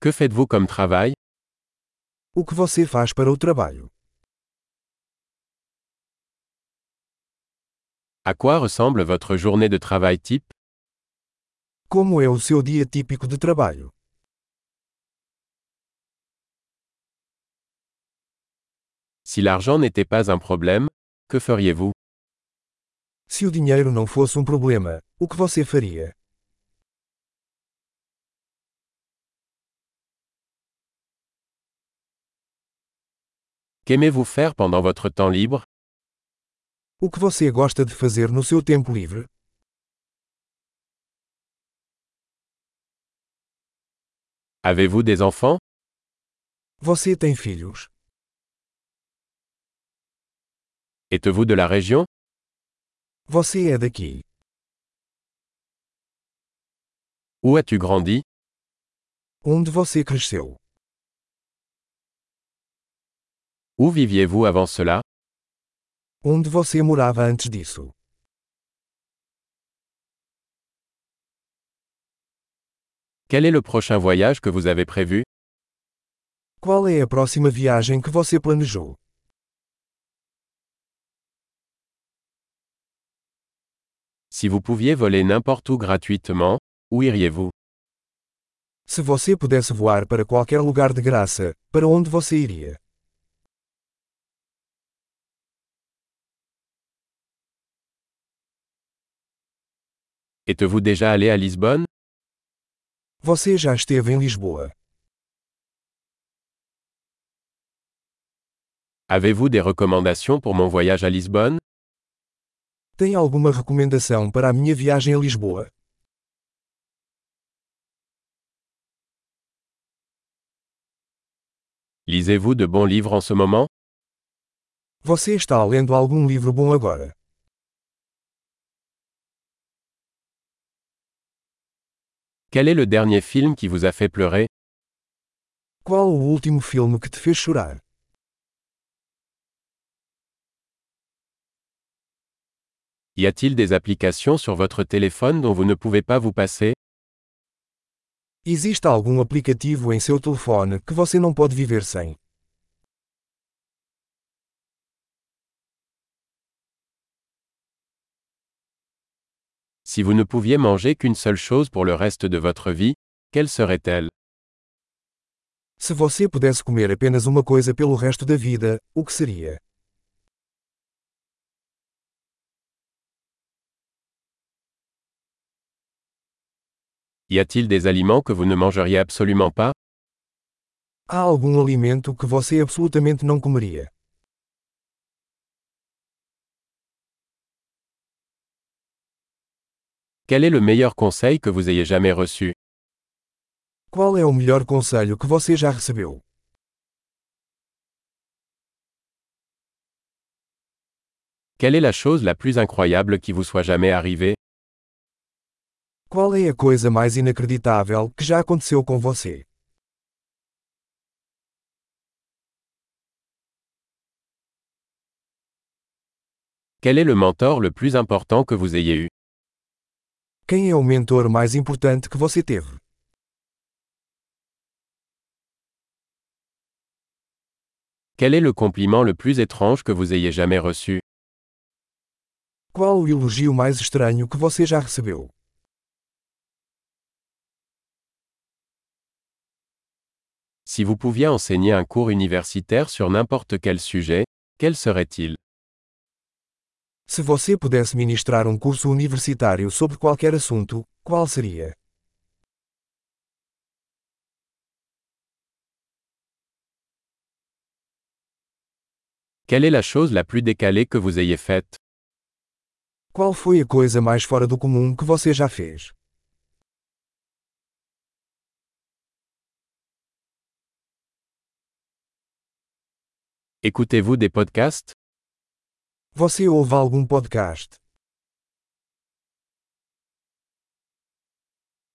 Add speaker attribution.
Speaker 1: Que faites-vous comme travail
Speaker 2: O que você faz para o trabalho?
Speaker 1: À quoi ressemble votre journée de travail type
Speaker 2: Como é o seu dia típico de trabalho?
Speaker 1: Si l'argent n'était pas un problème, que feriez-vous
Speaker 2: Se o dinheiro não fosse um problema, o que você faria?
Speaker 1: Qu'aimez-vous faire pendant votre temps libre
Speaker 2: O que você gosta de fazer no seu tempo livre?
Speaker 1: Avez-vous des enfants
Speaker 2: Você tem filhos?
Speaker 1: Êtes-vous de la région
Speaker 2: Você é daqui?
Speaker 1: Où as-tu grandi
Speaker 2: Onde você cresceu?
Speaker 1: Où viviez-vous avant cela
Speaker 2: Onde você morava antes disso?
Speaker 1: Quel est le prochain voyage que vous avez prévu
Speaker 2: Qual é a próxima viagem que você planejou?
Speaker 1: Si vous pouviez voler n'importe où gratuitement, où iriez-vous
Speaker 2: Se você pudesse voar para qualquer lugar de graça, para onde você iria?
Speaker 1: Êtes-vous déjà allé à Lisbonne
Speaker 2: Você já esteve em Lisboa?
Speaker 1: Avez-vous des recommandations pour mon voyage à Lisbonne
Speaker 2: Tem alguma recomendação para a minha viagem a Lisboa?
Speaker 1: Lisez-vous de bons livres en ce moment
Speaker 2: Você está lendo algum livro bom agora?
Speaker 1: Quel est le dernier film qui vous a fait pleurer
Speaker 2: Qual o último filme que te fez chorar?
Speaker 1: Y a-t-il des applications sur votre téléphone dont vous ne pouvez pas vous passer
Speaker 2: Existe algum aplicativo em seu telefone que você não pode viver sem?
Speaker 1: Si vous ne pouviez manger qu'une seule chose pour le reste de votre vie, quelle serait-elle
Speaker 2: Se você pudesse comer apenas uma coisa pelo resto da vida, o que seria?
Speaker 1: Y a-t-il des aliments que vous ne mangeriez absolument pas
Speaker 2: Há algum alimento que você absolutamente não comeria?
Speaker 1: Quel est le meilleur conseil que vous ayez jamais reçu
Speaker 2: Qual é o melhor conselho que você já recebeu?
Speaker 1: Quelle est la chose la plus incroyable qui vous soit jamais arrivée
Speaker 2: Qual é a coisa mais inacreditável que já aconteceu com você?
Speaker 1: Quel est le mentor le plus important que vous ayez eu
Speaker 2: Quem é o mentor mais importante que você teve?
Speaker 1: Quel est le compliment le plus étrange que vous ayez jamais reçu
Speaker 2: Qual o elogio mais estranho que você já recebeu?
Speaker 1: Si vous pouviez enseigner un cours universitaire sur n'importe quel sujet, quel serait-il
Speaker 2: Se você pudesse ministrar um curso universitário sobre qualquer assunto, qual seria?
Speaker 1: Quelle est la chose la plus décalée que vous ayez faite
Speaker 2: Qual foi a coisa mais fora do comum que você já fez?
Speaker 1: Écoutez-vous des podcasts
Speaker 2: Você ouve algum podcast?